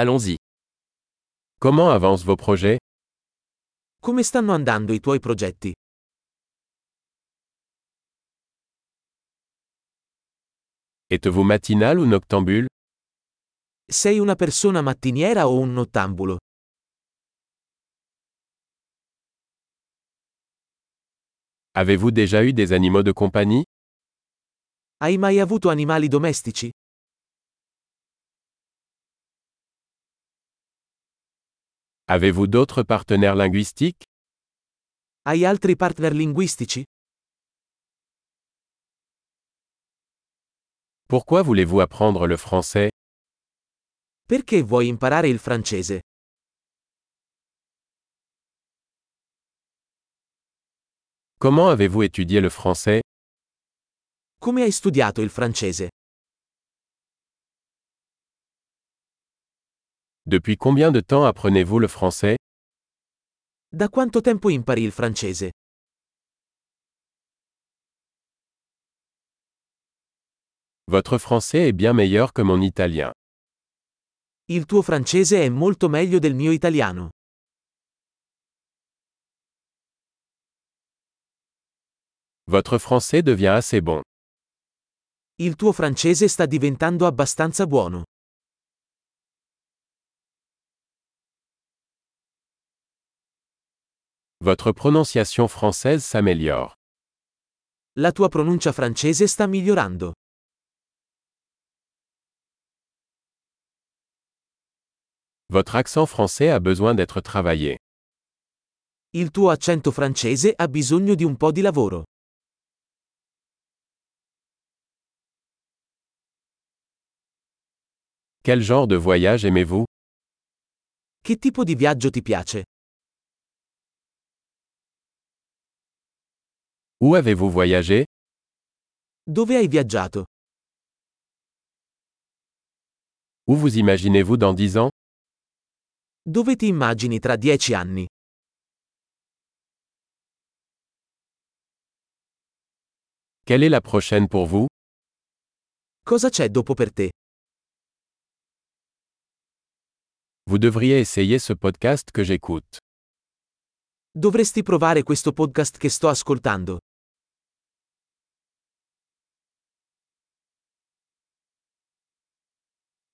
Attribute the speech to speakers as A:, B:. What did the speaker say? A: Allons-y. Comment avancent vos projets
B: Come stanno andando i tuoi progetti?
A: Êtes-vous matinal ou noctambule
B: Sei una persona mattiniera o un nottambulo?
A: Avez-vous déjà eu des animaux de compagnie
B: Hai mai avuto animali domestici?
A: Avez-vous d'autres partenaires linguistiques
B: Hai altri partner linguistici?
A: Pourquoi voulez-vous apprendre le français
B: Perché vuoi imparare il francese?
A: Comment avez-vous étudié le français
B: Come hai studiato il francese?
A: Depuis combien de temps apprenez-vous le français
B: Da quanto tempo impari il francese?
A: Votre français est bien meilleur que mon italien.
B: Il tuo francese è molto meglio del mio italiano.
A: Votre français devient assez bon.
B: Il tuo francese sta diventando abbastanza buono.
A: Votre prononciation française s'améliore.
B: La tua pronuncia francese sta migliorando.
A: Votre accent français a besoin d'être travaillé.
B: Il tuo accento francese ha bisogno di un po' di lavoro.
A: Quel genre de voyage aimez-vous
B: Che tipo di viaggio ti piace?
A: Où avez-vous voyagé
B: Dove hai viaggiato?
A: Où vous imaginez-vous dans 10 ans
B: Dove ti immagini tra dieci anni?
A: Quelle est la prochaine pour vous
B: Cosa c'è dopo per te?
A: Vous devriez essayer ce podcast que j'écoute.
B: Dovresti provare questo podcast che sto ascoltando.